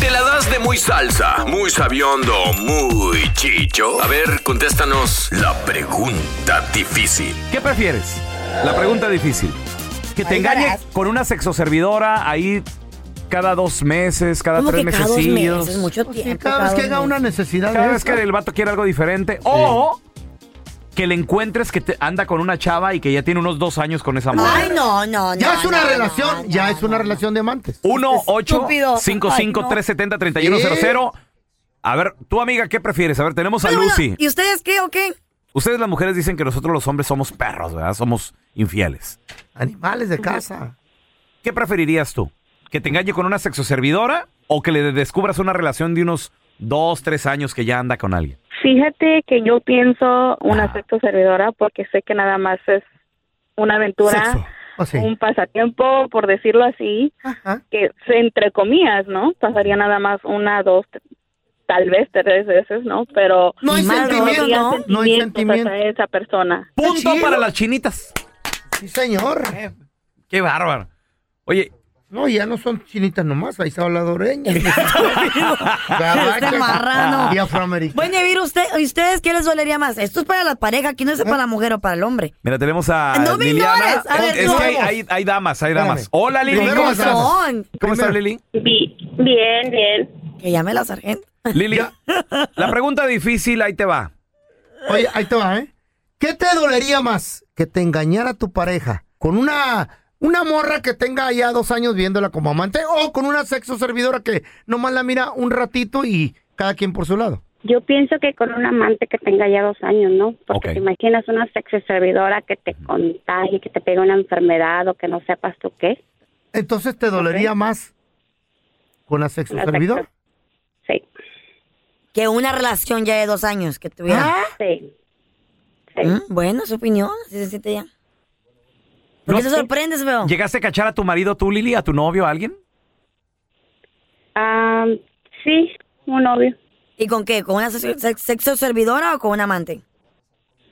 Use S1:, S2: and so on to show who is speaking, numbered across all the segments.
S1: ¿Te la das de muy salsa, muy sabiondo, muy chicho? A ver, contéstanos la pregunta difícil.
S2: ¿Qué prefieres? La pregunta difícil. Que te
S1: Ahí
S2: engañe
S1: verás.
S2: con una sexoservidora ahí cada dos meses, cada
S3: ¿Cómo
S2: tres
S3: que cada dos
S2: mesecillos.
S3: meses? Mucho Pues sí, tiempo, cada cada vez que dos haga una meses. necesidad de
S2: Cada vez
S3: esa.
S2: que el vato quiere algo diferente. O que le encuentres que te anda con una chava y que ya tiene unos dos años con esa mujer.
S4: Ay, no, no, no.
S3: Ya es una
S4: no,
S3: relación, ya es una relación de amantes.
S2: 1 8
S4: Estúpido.
S2: 55 370 3100 A ver, tú amiga, ¿qué prefieres? A ver, tenemos a
S4: Pero bueno,
S2: Lucy.
S4: ¿Y ustedes qué o qué?
S2: Ustedes las mujeres dicen que nosotros los hombres somos perros, ¿verdad? Somos infieles.
S3: Animales de casa.
S2: ¿Qué preferirías tú? ¿Que te engañe con una sexoservidora o que le descubras una relación de unos dos, tres años que ya anda con alguien?
S5: Fíjate que yo pienso una sexo servidora porque sé que nada más es una aventura,
S3: ah,
S5: un pasatiempo, por decirlo así, que se entre comillas, ¿no? Pasaría nada más una, dos, t- tal vez tres veces, ¿no? Pero
S3: no hay sentimiento,
S5: habría
S3: ¿no? No hay
S5: sentimientos hacia esa persona.
S2: Punto para las chinitas.
S3: Sí, señor.
S2: Qué bárbaro. Oye,
S3: No, ya no son chinitas nomás, ahí está habladoreña.
S4: Este marrano.
S3: Y afroamericana.
S4: Bueno, Evir, usted, ¿y ¿ustedes qué les dolería más? Esto es para la pareja, aquí no es para la mujer o para el hombre.
S2: mira, tenemos a
S4: No me
S2: Liliana.
S4: ignores. A ver,
S2: es
S4: no.
S2: que hay, hay- hay damas, hay damas.
S4: Espérame.
S2: Hola, Lili.
S4: Primero
S2: ¿Cómo
S4: las
S2: estás?
S4: damas.
S2: ¿Cómo estás,
S4: Primero.
S2: Lili?
S5: Bien, bien.
S4: Que llame la sargento.
S2: Lili, la pregunta difícil, ahí te va.
S3: Oye, ahí te va, ¿eh? ¿Qué te dolería más? Que te engañara tu pareja con una, una morra que tenga ya dos años viéndola como amante o con una sexo servidora que nomás la mira un ratito y cada quien por su lado.
S6: Yo pienso que con un amante que tenga ya dos años, ¿no? Porque
S3: Ok.
S6: te imaginas una servidora que te contagie, que te pegue una enfermedad o que no sepas tú qué.
S3: Entonces te dolería más con la sexo servidora.
S6: Sí.
S4: Que una relación ya de dos años que tuviera.
S5: Ah,
S6: Sí.
S4: Mm, Bueno, su opinión, así se siente ya. ¿Por qué
S2: No,
S4: te sorprendes, feo?
S2: ¿Llegaste a cachar a tu marido tú, Lili, a tu novio, a alguien?
S6: Ah, sí, un novio.
S4: ¿Y con qué? ¿Con una sex- sexo servidora o con un amante?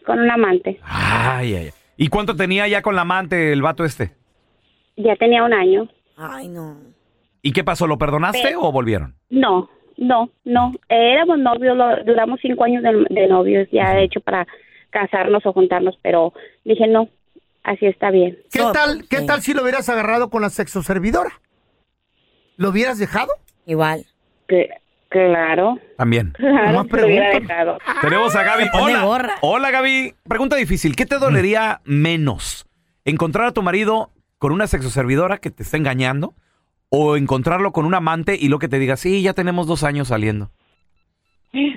S6: Con un amante.
S3: Ah.
S2: Ay, ay, ay. ¿Y cuánto tenía ya con la amante el vato este?
S6: Ya tenía un año.
S4: Ay, no.
S2: ¿Y qué pasó? ¿Lo perdonaste
S6: Sí.
S2: o volvieron?
S6: No, No, no. Eh, éramos novios, lo- duramos cinco años de, de novios, ya de hecho para casarnos o juntarnos, pero dije no, así está bien.
S3: ¿Qué tal, qué tal si lo hubieras agarrado con la sexoservidora? ¿Lo hubieras dejado?
S4: Igual.
S6: claro.
S2: También.
S6: Claro, lo hubiera dejado. Ah,
S2: Tenemos a Gaby. Hola. Hola, Gaby. Pregunta difícil. ¿Qué te dolería menos? ¿Encontrar a tu marido con una sexoservidora que te está engañando? ¿O encontrarlo con un amante y lo que te diga, sí, ya tenemos dos años saliendo?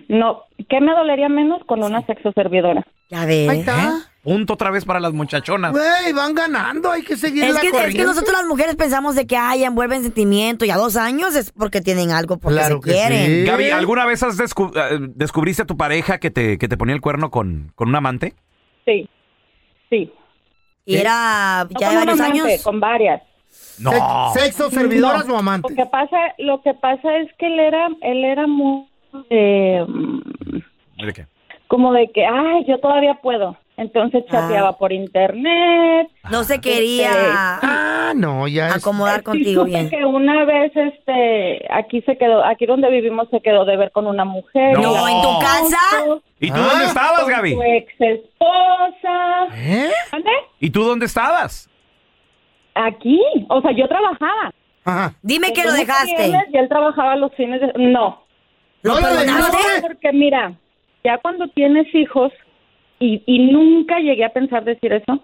S5: No, ¿qué me dolería menos con una sexoservidora?
S4: Ya ves.
S2: ¿Eh? Punto otra vez para las muchachonas.
S3: Güey, van ganando, hay que seguir
S4: Es
S3: la
S4: que, es
S3: corriente.
S4: que nosotros las mujeres pensamos de que ay, envuelven sentimiento y a dos años es porque tienen algo porque se quieren.
S2: Gaby, ¿alguna vez has descu- eh, descubriste a tu pareja que te, que te ponía el cuerno con, con un amante?
S5: Sí, sí.
S4: ¿Y era
S5: No
S4: ya de
S5: con un
S4: varios
S5: amante,
S4: años?
S5: Con varias.
S2: No.
S5: No, Lo que pasa, lo que pasa es que él era, él era muy, eh,
S2: ¿De qué?
S5: como de que, ay, yo todavía puedo. Entonces chateaba por internet. Este,
S4: No se quería
S3: Ah, no, ya es.
S4: acomodar contigo
S5: supe
S4: bien.
S5: que una vez este aquí se quedó, aquí donde vivimos se quedó de ver con una mujer.
S2: No.
S5: Y la-
S2: ¿En tu casa? ¿Y tú
S4: Ah.
S2: dónde estabas,
S5: con
S2: Gaby?
S5: Su ex esposa.
S3: ¿Eh?
S5: ¿Dónde?
S2: ¿Y tú dónde estabas?
S5: Aquí, o sea, yo trabajaba.
S4: Dime que lo
S5: Entonces,
S4: dejaste.
S5: viernes, Y él trabajaba los fines de no.
S4: ¿Lo perdonaste?
S5: No, Porque mira, ya cuando tienes hijos y, y nunca llegué a pensar decir eso,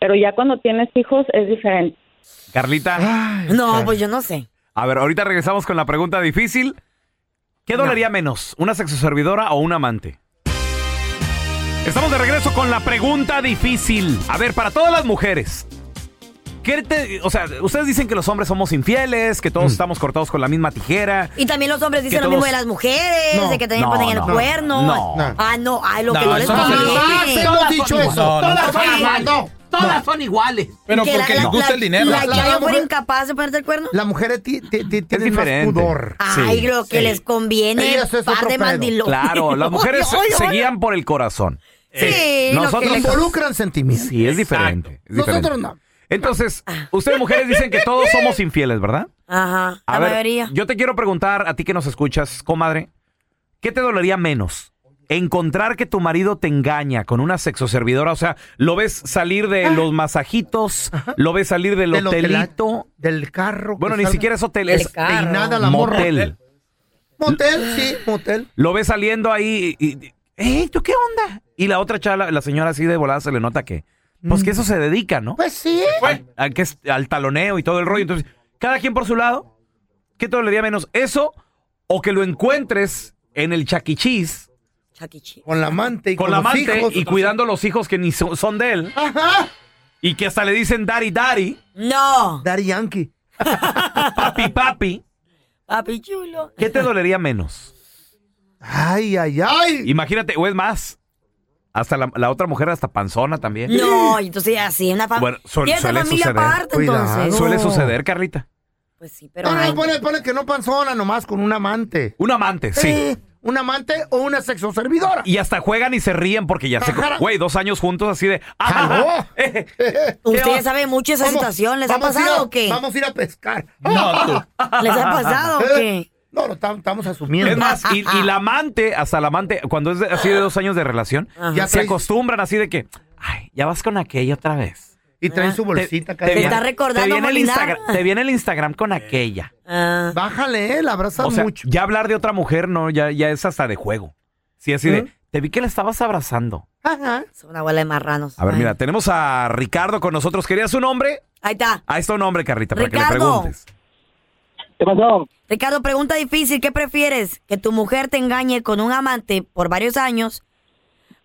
S5: pero ya cuando tienes hijos es diferente.
S2: Carlita.
S4: No, pues yo no sé.
S2: A ver, ahorita regresamos con la pregunta difícil. ¿Qué dolería menos, una sexoservidora o un amante? Estamos de regreso con la pregunta difícil. A ver, para todas las mujeres. ¿qué te- o sea, ustedes dicen que los hombres somos infieles, que
S4: Mm.
S2: todos estamos cortados con la misma tijera.
S4: Y también los hombres dicen
S2: Que
S4: lo mismo
S2: todos-
S4: de las mujeres,
S2: No,
S4: de que también
S2: no,
S4: ponen el
S2: no,
S4: cuerno.
S2: no, no.
S4: Ah, no, ay, lo que
S2: No,
S4: no les
S2: eso no se
S4: conviene.
S3: Jamás hemos dicho eso. Todas son iguales. No, todas son iguales.
S4: Pero Que la- porque les la- gusta el dinero. la Chayo fuera incapaz de ponerte el cuerno?
S3: La mujer ti- ti- ti- tiene más
S2: diferente.
S3: pudor.
S4: Ay, lo que
S3: Sí.
S4: les conviene.
S3: Ellas es
S4: par
S3: otro
S4: de
S3: pedo.
S4: mandilones.
S2: Claro, las mujeres
S4: Oye, oye,
S2: se
S4: oye.
S2: guían por el corazón.
S4: Sí, lo que
S2: nosotros
S4: les-
S3: Involucran sentimientos.
S2: Sí, es diferente. es diferente.
S3: Nosotros no.
S2: Entonces,
S4: Ah,
S2: ustedes mujeres dicen que todos somos infieles, ¿verdad?
S4: Ajá,
S2: A
S4: la
S2: ver,
S4: mayoría.
S2: yo te quiero preguntar a ti que nos escuchas, comadre, ¿qué te dolería menos? Encontrar que tu marido te engaña con una sexoservidora, o sea, lo ves salir de los masajitos, lo ves salir del,
S3: Del
S2: hotelito.
S3: hotelato, Del carro. que
S2: Bueno, ni
S3: salga.
S2: siquiera es hotel,
S3: Del
S2: es
S3: carro. Peinada la morra.
S2: motel.
S3: Motel, sí, motel.
S2: Lo ves saliendo ahí y, y- "Ey, ¿tú qué onda? Y la otra chala, la señora así de volada se le nota que, pues que eso se dedica, ¿no?
S3: Pues sí.
S2: al, que es- al taloneo y todo el rollo. Entonces, cada quien por su lado, ¿qué te dolería menos? ¿Eso o que lo encuentres en el E. chaquichis?
S3: Con la amante y con,
S2: Con la
S3: los
S2: amante
S3: hijos.
S2: y cuidando a los hijos que ni so- son de él.
S3: Ajá.
S2: Y que hasta le dicen daddy, daddy,
S4: No.
S3: Daddy Yankee.
S2: papi, papi.
S4: Papi chulo.
S2: ¿Qué te dolería menos?
S3: Ay, ay, ay.
S2: Imagínate, o es más, hasta la, la otra mujer hasta panzona también.
S4: E. No, entonces así, una familia.
S2: Bueno, suel-
S4: Tienes
S2: suele
S4: familia
S2: suceder.
S4: aparte, entonces.
S2: Suele suceder, Carlita.
S4: Pues sí, pero.
S3: no,
S4: ay,
S3: no, pone, pone que no panzona nomás con un amante.
S2: Un amante, sí.
S3: Eh, un amante o una sexoservidora.
S2: Y hasta juegan y se ríen porque ya se...
S3: Ajá.
S2: Güey, dos años juntos así de... "Ah,
S3: ¡Aló!
S4: Ustedes saben mucho esa
S3: Vamos-
S4: situación. ¿Les ha
S3: vamos a ir
S4: pasado
S3: a-
S4: o qué?
S3: Vamos a ir a pescar. ¿Eh?
S2: No, tú.
S4: ¿Les ha pasado o qué?
S3: No, no, tam- estamos asumiendo.
S2: Es más, y, y la amante, hasta la amante, cuando es de- así de dos años de relación,
S3: Ajá.
S2: ya
S3: Ya
S2: se
S3: traes-
S2: acostumbran así de que, ay, ya vas con aquella otra vez.
S3: Y traen su bolsita cada
S4: Te
S2: viene-
S4: está recordando
S2: te viene, el
S4: Molinar.
S2: Instagram, te viene el Instagram con aquella.
S4: Ah,
S3: Bájale, eh, la abrazas
S2: O sea,
S3: mucho.
S2: ya hablar de otra mujer, no, ya, ya es hasta de juego. Sí, así
S3: ¿Mm?
S2: de, te vi que la estabas abrazando.
S3: Ajá.
S4: son una bola de marranos.
S2: A ver,
S4: Ay.
S2: mira, tenemos a Ricardo con nosotros. ¿Querías un nombre?
S4: Ahí está.
S2: Ahí está un nombre, Carlita, para que le
S4: Ricardo.
S2: preguntes.
S4: Ricardo, pregunta difícil. ¿Qué prefieres? ¿Que tu mujer te engañe con un amante por varios años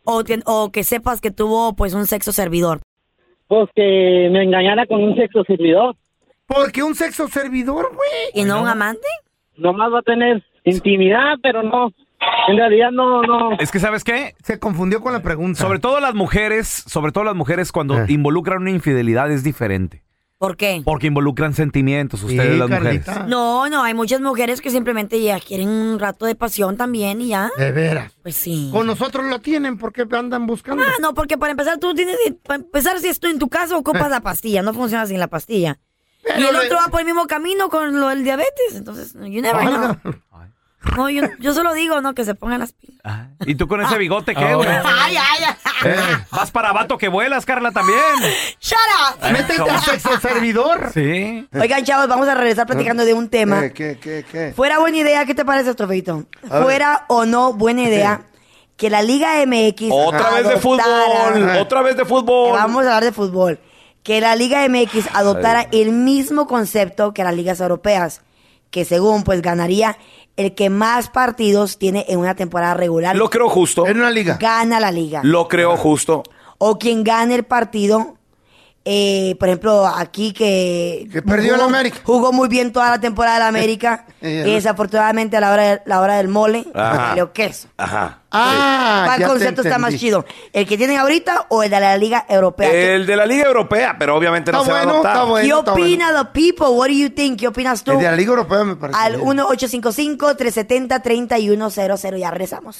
S4: o, te- o que sepas que tuvo pues un sexo servidor?
S7: Pues que me engañara con un sexo servidor.
S3: Porque un sexo servidor, güey.
S4: ¿Y no un amante?
S7: Nomás va a tener intimidad, pero no. En realidad no, no.
S2: Es que, ¿sabes qué?
S3: Se confundió con la pregunta. Eh.
S2: Sobre todo las mujeres, sobre todo las mujeres cuando involucran una infidelidad es diferente.
S4: ¿Por qué?
S2: Porque involucran sentimientos ustedes
S3: Sí,
S2: las mujeres.
S7: Ah.
S3: Carlita.
S4: No, no, hay muchas mujeres que simplemente ya quieren un rato de pasión también y ya.
S3: De veras.
S4: Pues sí.
S3: Con nosotros lo tienen porque andan buscando.
S4: Ah, no, porque para empezar tú tienes, para empezar si estoy en tu casa
S3: Eh.
S4: ocupas la pastilla, no funciona sin la pastilla. y el
S3: lo-
S4: otro va por el mismo camino con lo del diabetes, entonces you never know. No, yo, yo solo digo, ¿no? Que se pongan las pilas.
S8: ¿Y tú
S4: Ah.
S8: con ese bigote
S3: Ah,
S8: qué, güey?
S4: Ay, ay, ay.
S8: Eh, Vas para vato que vuelas, Carla, también.
S4: Shut up.
S3: Ah,
S8: Métete al sexo
S3: servidor.
S8: Sí.
S4: Oigan, chavos, vamos a regresar platicando de un tema.
S3: ¿Qué, qué, qué? Eh, qué?
S4: Fuera buena idea, ¿qué te parece, Trofeito?
S3: A ver.
S4: Fuera o no buena idea que la Liga MX.
S2: Otra vez de
S4: adoptara-
S2: fútbol,
S3: Eh.
S2: otra vez de fútbol.
S4: Vamos a hablar de fútbol. Que la Liga MX adoptara el mismo concepto que las ligas europeas, que según pues ganaría el que más partidos tiene en una temporada regular.
S2: Lo creo justo. En una liga.
S4: Gana la liga.
S2: Lo creo justo.
S4: o quien gane el partido. eh, por ejemplo, aquí que,
S3: perdió
S4: jugó-
S3: el América.
S4: Jugó muy bien toda la temporada de la América.
S3: Eh,
S4: y desafortunadamente a la hora, de- la hora del mole,
S2: Ajá.
S4: valió queso.
S2: Ajá.
S3: Ah,
S4: ¿Cuál
S3: ya te
S4: concepto está más
S2: entendí.
S4: chido? ¿El que tienen ahorita o el de la Liga Europea? ¿Qué-
S2: El de la Liga Europea, pero obviamente no
S4: Está
S2: se va a
S4: bueno,
S2: adoptar.
S4: está bueno, ¿Qué está opina bueno. the people? What do you think? ¿Qué opinas tú?
S3: El de la Liga Europea me parece.
S4: Al
S3: bien.
S4: 1-855-370-3100. Ya regresamos.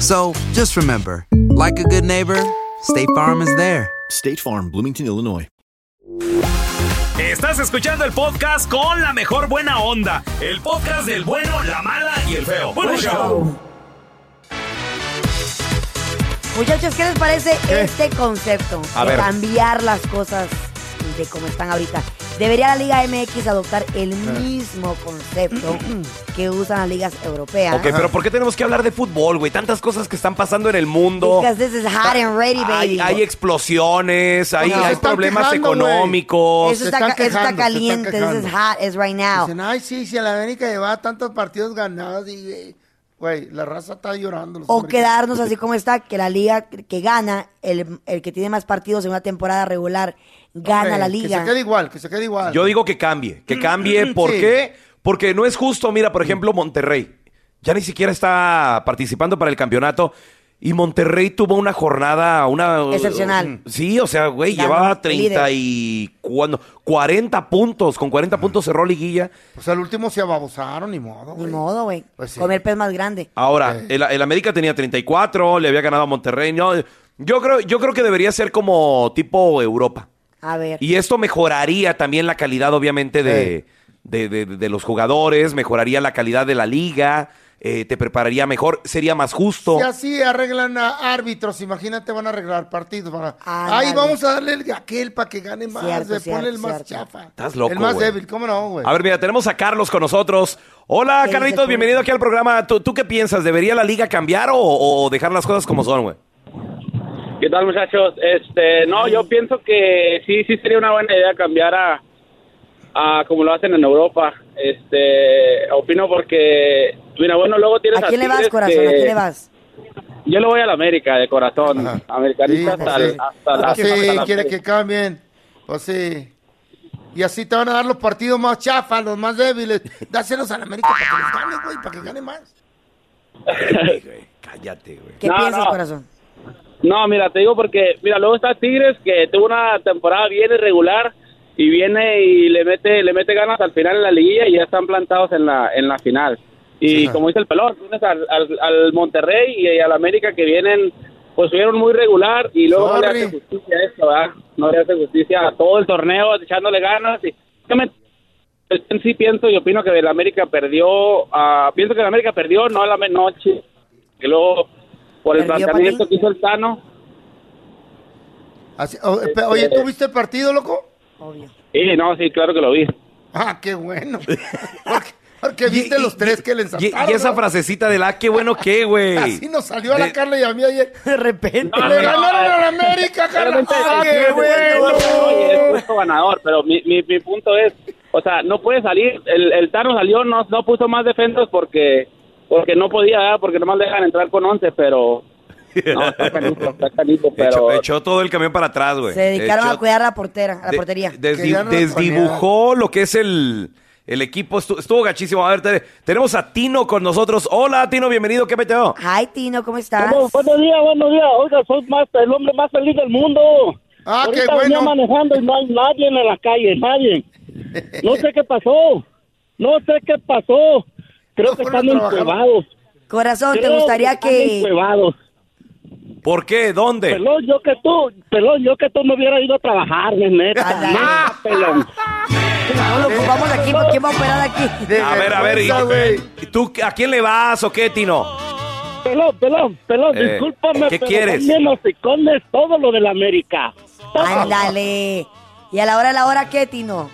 S9: So just remember, like a good neighbor, State Farm is there.
S10: State Farm, Bloomington, Illinois.
S2: Estás escuchando el podcast con la mejor buena onda. El podcast del bueno, la mala y el feo. Bueno, show.
S4: Muchachos, ¿qué les parece este concepto?
S2: A
S4: de
S2: ver.
S4: cambiar las cosas de como están ahorita. ¿Debería la Liga MX adoptar el mismo concepto que usan las ligas europeas?
S2: Ok, pero ¿por qué tenemos que hablar de fútbol, güey? Tantas cosas que están pasando en el mundo.
S4: Because this is hot and ready,
S2: Hay,
S4: baby.
S2: hay explosiones, hay,
S4: Porque se
S2: hay
S4: están
S2: problemas
S4: quejando, güey.
S2: económicos.
S4: eso, está, ca- eso está caliente, this is hot, it's right now.
S3: Dicen, ay, sí, si el América llevaba tantos partidos ganados y, eh, güey, la raza está llorando. los
S4: O
S3: americanos.
S4: quedarnos así como está, que la liga que gana, el, el que tiene más partidos en una temporada regular, gana
S3: Hombre,
S4: la
S3: Que se
S4: liga.
S3: quede igual, que se quede igual.
S2: Yo digo que cambie,
S4: Mm,
S2: que cambie. ¿Por
S3: Sí.
S2: qué? Porque no es justo. Mira, por ejemplo, Monterrey. Ya ni siquiera está participando para el campeonato. Y Monterrey tuvo una jornada, una... uh,
S4: Excepcional.
S2: Sí, o sea, güey,
S4: Ganó,
S2: llevaba 30 y... cuando 40 puntos. Con 40 puntos cerró liguilla.
S3: Pues al último se ababosaron, ni
S2: Ah,
S3: modo.
S4: Ni modo, güey.
S2: Pues
S4: Comer pez más grande.
S2: Ahora, el, el América tenía 34, le había ganado a Monterrey. No, yo, creo, yo creo que debería ser como tipo Europa.
S4: A ver.
S2: Y esto mejoraría también la calidad, obviamente, de, de- de- de los jugadores, mejoraría la calidad de la liga, eh, te prepararía mejor, sería más justo.
S3: Si así arreglan a árbitros, imagínate, van a arreglar partidos. Van a-
S2: Ándale.
S3: Ahí vamos a darle el, aquel para que gane más.
S2: Cierto,
S3: le pone el
S2: cierto,
S3: más
S2: cierto.
S3: chafa.
S2: Estás loco,
S3: El más
S2: güey.
S3: débil, ¿cómo no, güey?
S2: A ver, mira, tenemos a Carlos con nosotros. Hola,
S3: ¿Qué dice
S2: Carlitos,
S3: tú?
S2: bienvenido aquí al programa. ¿Tú, tú qué piensas? ¿Debería la liga cambiar o, o dejar las cosas como son, güey?
S11: ¿Qué tal, muchachos? Este, no, yo pienso que sí, sí sería una buena idea cambiar a, a como lo hacen en Europa. Este, opino porque, mira, bueno, luego tienes
S4: ¿A quién le vas,
S11: Tigres
S4: corazón? ¿A
S11: que-
S4: quién le vas?
S11: Yo le voy a la América, de corazón. Americanista
S3: Sí,
S11: hasta,
S3: pues
S11: el-
S3: sí.
S11: hasta la...
S3: Pues sí,
S11: hasta la-
S3: quiere que cambien. Pues sí. Y así te van a dar los partidos más chafas, los más débiles. Dáselos al América para que los gane, güey, para que gane más.
S2: Cállate, güey.
S4: ¿Qué
S11: No,
S4: piensas,
S11: no.
S4: corazón?
S11: No, mira, te digo porque, mira, luego está Tigres que tuvo una temporada bien irregular y viene y le mete le mete ganas al final en la liguilla y ya están plantados en la en la final. Y como dice el pelón, tienes al, al- al Monterrey y al América que vienen, pues subieron muy regular y luego no le
S1: Sorry.
S11: hace justicia a esto, ¿verdad? No le hace justicia a todo el torneo, echándole ganas. Y, yo me- yo Pues en sí pienso y opino que el América perdió, ah, pienso que el América perdió, no a la noche, que luego por el
S3: ¿Perdió,
S11: planteamiento que hizo el Tano.
S3: Así- o-
S11: Este,
S3: pe- oye, ¿tú viste el partido, loco?
S11: Sí, no, sí, claro que lo vi.
S3: Ah, qué bueno. Porque, porque viste los tres que le
S2: Y,
S3: ensartaron.
S2: y esa
S3: ¿no?
S2: frasecita de la, qué bueno que, güey. Ah,
S3: Así nos salió a la
S2: De-
S3: Carla y a mí ayer. De repente.
S11: No,
S3: ¡Le
S11: no,
S3: ganaron
S11: no,
S3: a la América, Carla!
S11: Realmente,
S3: ¡Ah,
S11: sí,
S3: qué
S11: sí, sí, sí,
S3: bueno!
S11: es justo ganador, pero mi, mi, mi punto es, o sea, no puede salir, el, el Tano salió, no, no puso más defensas porque porque no podía, ¿verdad? porque nomás le dejan entrar con 11, pero no, está canito, está canito, pero
S2: Echó, echó todo el camión para atrás, güey.
S4: Se dedicaron
S2: Echó-
S4: a cuidar a la portera, a la
S2: de-
S4: portería.
S2: desdi- desdibujó lo que es el, el equipo. Estu- Estuvo, gachísimo. A ver, te- tenemos a Tino con nosotros. Hola, Tino, bienvenido. ¿Qué peteo?
S4: Ay, Tino, ¿cómo estás?
S12: Bueno, buenos días, buenos días. Oiga, soy más, el hombre más feliz del mundo.
S3: Ah,
S12: Ahorita
S3: qué bueno.
S12: venía manejando y no hay nadie en la calle, nadie. No sé qué pasó. No sé qué pasó. Creo que están encuevados.
S4: Corazón, ¿te
S12: Creo
S4: gustaría
S12: están
S4: que-
S12: encuevados.
S2: ¿Por qué? ¿Dónde?
S12: Pelón, yo que tú, pelón, yo que tú no hubiera ido a trabajar, mi neta. Neta, pelón.
S4: No lo ocupamos aquí porque ¿quién va a operar aquí?
S2: A ver, a ver. y- ¿Y tú a quién le vas o qué, Tino?
S12: Pelón, pelón, pelón,
S2: Eh,
S12: discúlpame,
S2: ¿qué
S12: pero
S2: quieres?
S12: también los icones, todo lo de la América.
S4: Ándale. ¿Y a la hora de la hora qué, Tino?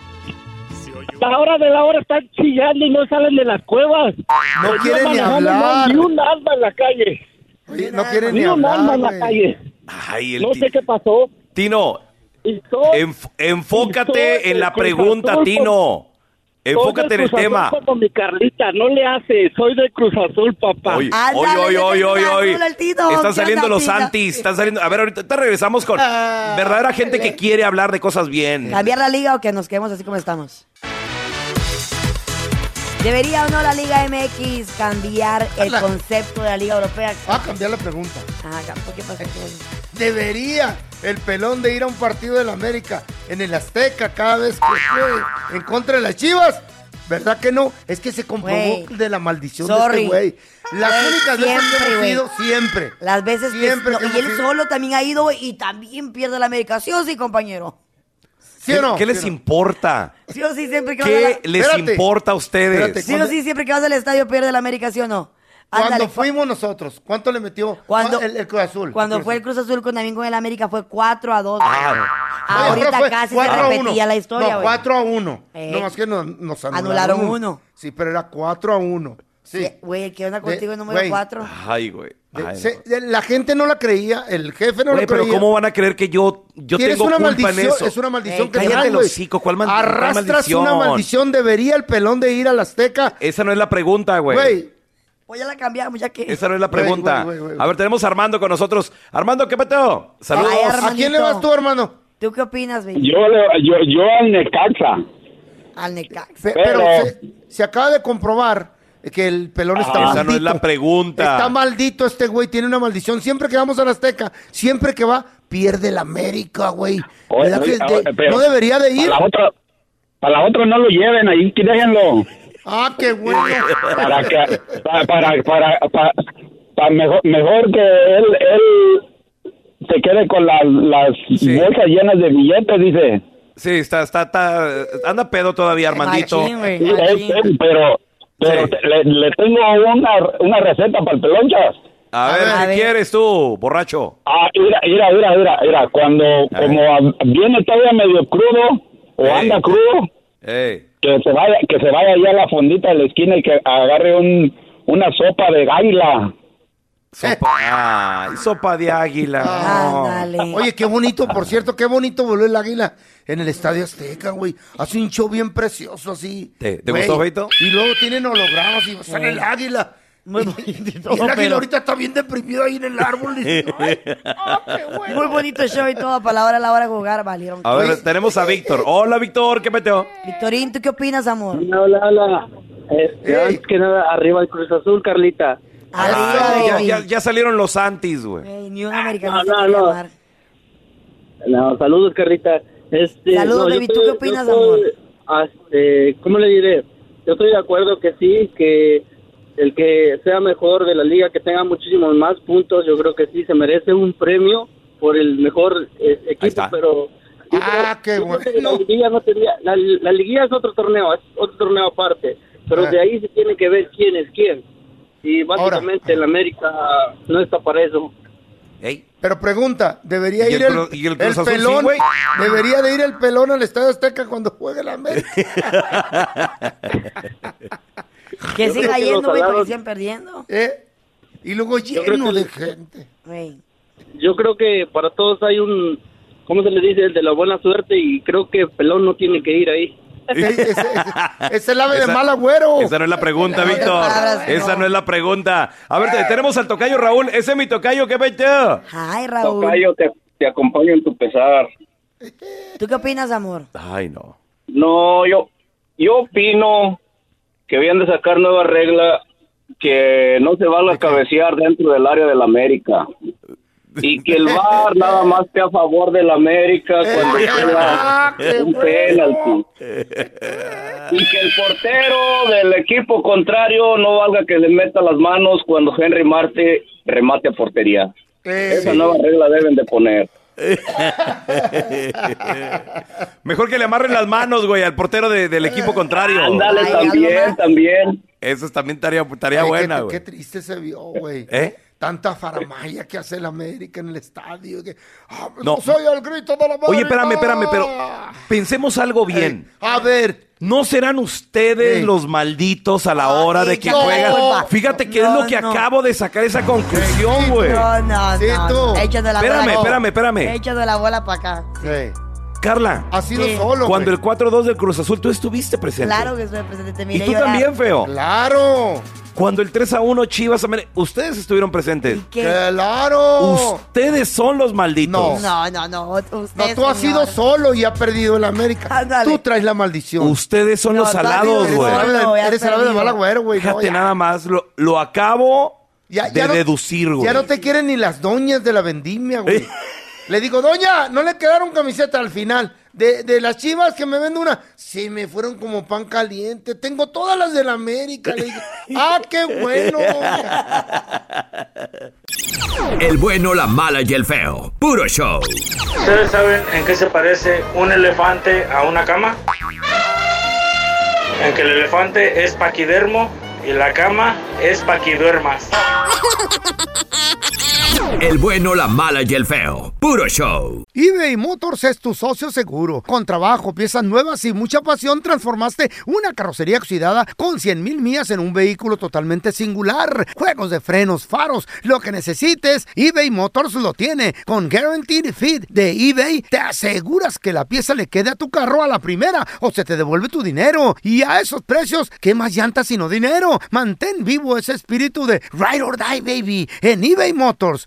S12: La hora de la hora están chillando y no salen de las cuevas.
S3: No
S12: Venía
S3: quieren ni
S12: manejando, no hay
S3: hablar.
S12: Ni un alma en la calle.
S3: no quieren ni
S12: un
S3: hablar,
S12: alma en la
S3: güey.
S12: calle.
S2: Ay, el
S12: No
S2: Ti-
S12: sé qué pasó.
S2: Tino. enf-
S12: y soy
S2: enfócate en la
S12: del Cruz
S2: pregunta,
S12: Azul,
S2: Tino. Enfócate
S12: Soy
S2: en
S12: del
S2: el
S12: Cruz Azul
S2: tema.
S12: Como mi Carlita, no le hace. Soy de Cruz Azul, papá.
S2: Oye, oye, oye, oye, oye. Están saliendo los antis, están saliendo. A ver, ahorita te regresamos con verdadera gente que quiere hablar de cosas bien.
S4: ¿Cambiar Ah, la liga o que nos quedemos así como estamos? ¿Debería o no la Liga MX cambiar el concepto de la Liga Europea?
S3: Ah, cambiar la pregunta.
S4: Ah, ¿por qué pasó?
S3: Debería el pelón de ir a un partido del América en el Azteca cada vez que juegue en contra de las Chivas. ¿Verdad que no? Es que se comprobó
S4: Güey.
S3: de la maldición de
S4: Sorry.
S3: este güey. Las
S4: Güey,
S3: únicas veces que
S4: siempre,
S3: hemos
S4: güey.
S3: ido, siempre.
S4: Las veces
S3: Siempre
S4: que...
S3: que
S4: no, y él
S3: hemos ido.
S4: solo también ha ido y también pierde la América. ¿Sí o sí, compañero?
S3: ¿Sí o no?
S2: ¿Qué les importa?
S4: ¿Sí o sí siempre que vas a
S2: ¿Qué
S4: la-
S2: les importa a ustedes?
S4: ¿Sí o sí siempre que vas al estadio pierde la América, sí o no?
S3: Cuando
S4: Ándale,
S3: fuimos nosotros, ¿cuánto le metió
S4: Cuando-
S3: el, el Cruz Azul?
S4: Cuando
S3: El Cruz
S4: fue el Cruz Azul con, también con el América fue 4 a 2.
S3: No,
S4: Ahorita
S3: fue
S4: casi se
S3: 4 a 1.
S4: repetía la historia,
S3: No,
S4: güey.
S3: 4 a 1.
S4: Eh.
S3: No más que nos, nos anularon,
S4: Anularon
S3: uno.
S4: uno.
S3: Sí, pero era 4 a 1. Sí.
S4: Güey, ¿qué onda contigo
S3: De-
S4: el número
S3: güey.
S4: 4?
S2: Ay, güey. Ay,
S3: Se- de- la gente no la creía, el jefe no
S2: Güey,
S3: la
S2: pero
S3: creía.
S2: ¿cómo van a creer que yo, yo
S3: Tienes
S2: tengo
S3: una
S2: culpa en
S3: maldición,
S2: eso? Eh,
S3: Es una maldición que
S2: cállate
S3: traen,
S2: el
S3: güey.
S2: hocico, ¿cuál, mal- cuál
S3: Arrastras
S2: maldición?
S3: una maldición, debería el pelón de ir a la Azteca.
S2: Esa no es la pregunta, güey.
S3: Güey,
S4: Pues ya la cambiamos, ya que.
S2: Esa no es la pregunta.
S3: Güey, güey, güey,
S2: A ver, tenemos a Armando con nosotros. Armando, ¿qué peteo? Saludos.
S4: Ay, Armandito.
S3: hermano?
S4: ¿Tú qué opinas, güey?
S12: Yo, le- yo, yo al Necaxa.
S4: Al Necax.
S3: pe- pero, se, se acaba de comprobar que el pelón está
S2: Ah, Esa
S3: maldito.
S2: no es la pregunta.
S3: Está maldito este güey, tiene una maldición. Siempre que vamos a la Azteca, siempre que va, pierde la América, güey.
S12: Oye,
S3: ¿Verdad
S12: oye,
S3: que
S12: oye,
S3: de-
S12: pero
S3: no debería de ir.
S12: Para la otra, para la otra no lo lleven, ahí déjenlo.
S3: Ah, qué bueno.
S12: Para que, para, para, para, para- para mejor, mejor que él, él se quede con las las bolsas llenas de billetes, dice.
S2: Sí, está, está, está- anda pedo todavía, Armandito.
S12: Sí, es- es- pero, pero te- le, le tengo una, una receta para el pelonchas.
S2: A ver, ¿qué quieres tú, borracho?
S12: Ah, mira, mira, mira, mira, mira, cuando como a- viene todavía medio crudo o anda crudo, que se vaya, que se vaya allá a la fondita de la esquina y que agarre un, una sopa de gaila.
S2: Sopa, ay, sopa de águila. no.
S3: Oye, qué bonito, por cierto, qué bonito voló el águila en el Estadio Azteca, güey. Hace un show bien precioso así.
S2: ¿Te- te
S3: güey.
S2: gustó, Feito?
S3: Y luego tienen hologramas y sale el águila. Y- y el águila
S4: pero-
S3: ahorita está bien deprimido ahí en el árbol. Ah, dice, "Ay,
S4: Muy bonito show y todo, para la hora, la hora de jugar, valieron.
S2: A ver, tenemos a Víctor. Hola, Víctor, ¿qué meteo?
S4: Victorín, ¿tú qué opinas, amor?
S7: Hola, hola. Este, antes que nada, arriba el Cruz Azul, Carlita.
S2: Ay, ya, ya- ya salieron los antis, güey.
S4: Ey, Ni un americano
S7: no,
S4: se quiere
S7: no.
S4: llamar.
S7: No, saludos, Carlita. Este,
S4: Saludos,
S7: no, yo
S4: baby. ¿Tú
S7: estoy-
S4: qué
S7: yo
S4: opinas,
S7: estoy- ah, eh, ¿Cómo le diré? Yo estoy de acuerdo que sí, que el que sea mejor de la liga, que tenga muchísimos más puntos, yo creo que sí se merece un premio por el mejor eh, equipo, pero
S3: ah, qué
S7: bueno. la, liguilla no tenía- la- la liguilla es otro torneo, es otro torneo aparte, pero
S3: Ah.
S7: de ahí se tiene que ver quién es quién. Y básicamente el América no está para eso.
S3: Pero pregunta, ¿debería
S7: ¿Y el
S3: ir el,
S7: Cru- y el
S3: el
S7: Cruz Azul sí,
S3: pelón?
S7: güey?
S3: ¿Debería de ir el pelón al Estadio Azteca cuando juegue la América?
S4: Que
S3: Yo creo
S4: siga
S3: que
S4: yendo,
S3: los
S4: güey, porque
S3: alados- ¿Eh?
S4: siguen perdiendo.
S3: Y luego lleno de gente.
S4: Güey.
S7: Yo creo que para todos hay un, ¿cómo se le dice? El de la buena suerte y creo que Pelón no tiene que ir ahí.
S3: Es el ave
S2: Esa-
S3: de mal agüero.
S2: Esa no es la pregunta, Víctor. Esa no es la pregunta. A ver, te- tenemos al tocayo Raúl. Ese es mi tocayo, ¿qué pecho?
S4: Ay, Raúl.
S13: Tocayo, te, te acompaño en tu pesar.
S4: ¿Tú qué opinas, amor?
S2: Ay, no.
S13: No, yo, yo opino que habían de sacar nueva regla que no se va a cabecear dentro del área del América. Y que el VAR nada más esté a favor del América
S3: Eh,
S13: cuando
S14: Ah,
S13: sea
S14: qué
S13: un
S14: bueno.
S13: penalti. Y que el portero del equipo contrario no valga que le meta las manos cuando Henry Marte remate a portería. Esa nueva regla deben de poner.
S2: Mejor que le amarren las manos, güey, al portero de- del equipo contrario.
S13: Ándale, Ay, también, algo más. también.
S2: Eso es también tarea, tarea
S3: Ay, qué-
S2: buena,
S3: qué,
S2: güey.
S3: triste se vio, güey.
S2: ¿Eh?
S3: Tanta faramaya que hace el América en el estadio. que, "Ah,
S2: No.
S3: no. soy el grito de la América.
S2: Oye, espérame, espérame, pero pensemos algo bien.
S3: A ver.
S2: ¿No serán ustedes los malditos a la hora de que
S3: no.
S2: juegan? Fíjate que es
S4: No,
S2: lo que
S4: no.
S2: acabo de sacar esa conclusión, güey.
S4: No, no, no. no. Échate la
S2: Espérame,
S4: bola.
S2: espérame, espérame.
S4: Échate la bola para acá.
S2: Carla.
S3: Ha sido Sí. solo,
S2: Cuando el 4-2 del Cruz Azul, tú estuviste presente.
S4: Claro que estoy presente. Te
S2: Y
S4: miré
S2: tú
S4: llorar.
S2: también, feo.
S3: Claro.
S2: Cuando el 3 a 1 Chivas, Ameri- ustedes estuvieron presentes.
S4: qué?
S3: Claro.
S2: Ustedes son los malditos.
S4: No, no, no. Ustedes,
S3: No, tú has
S4: señor.
S3: sido solo y has perdido el América. Tú traes la maldición.
S2: Ustedes son
S3: No,
S2: los
S3: tú has
S2: alados,
S3: sido
S2: güey.
S3: solo, No, ya eres has el ave de perdido. mal agüero, güey, no,
S2: Fíjate
S3: ya.
S2: nada más, lo, lo acabo de
S3: ya no-
S2: deducir, güey.
S3: Ya no te quieren ni las doñas de la vendimia, güey. Le digo, doña, no le quedaron camiseta al final. De, de las chivas que me vende una, se me fueron como pan caliente. Tengo todas las de la América. Le digo, ah, qué bueno.
S1: El bueno, la mala y el feo. Puro show.
S15: ¿Ustedes saben en qué se parece un elefante a una cama? En que el elefante es paquidermo y la cama es paquidermas.
S1: El bueno, la mala y el feo. Puro show.
S3: eBay Motors es tu socio seguro. Con trabajo, piezas nuevas y mucha pasión, transformaste una carrocería oxidada con 100 mil millas en un vehículo totalmente singular. Juegos de frenos, faros, lo que necesites, eBay Motors lo tiene. Con Guaranteed Fit de eBay, te aseguras que la pieza le quede a tu carro a la primera o se te devuelve tu dinero. Y a esos precios, ¿qué más llantas sino dinero? Mantén vivo ese espíritu de Ride or Die, baby, en eBay Motors.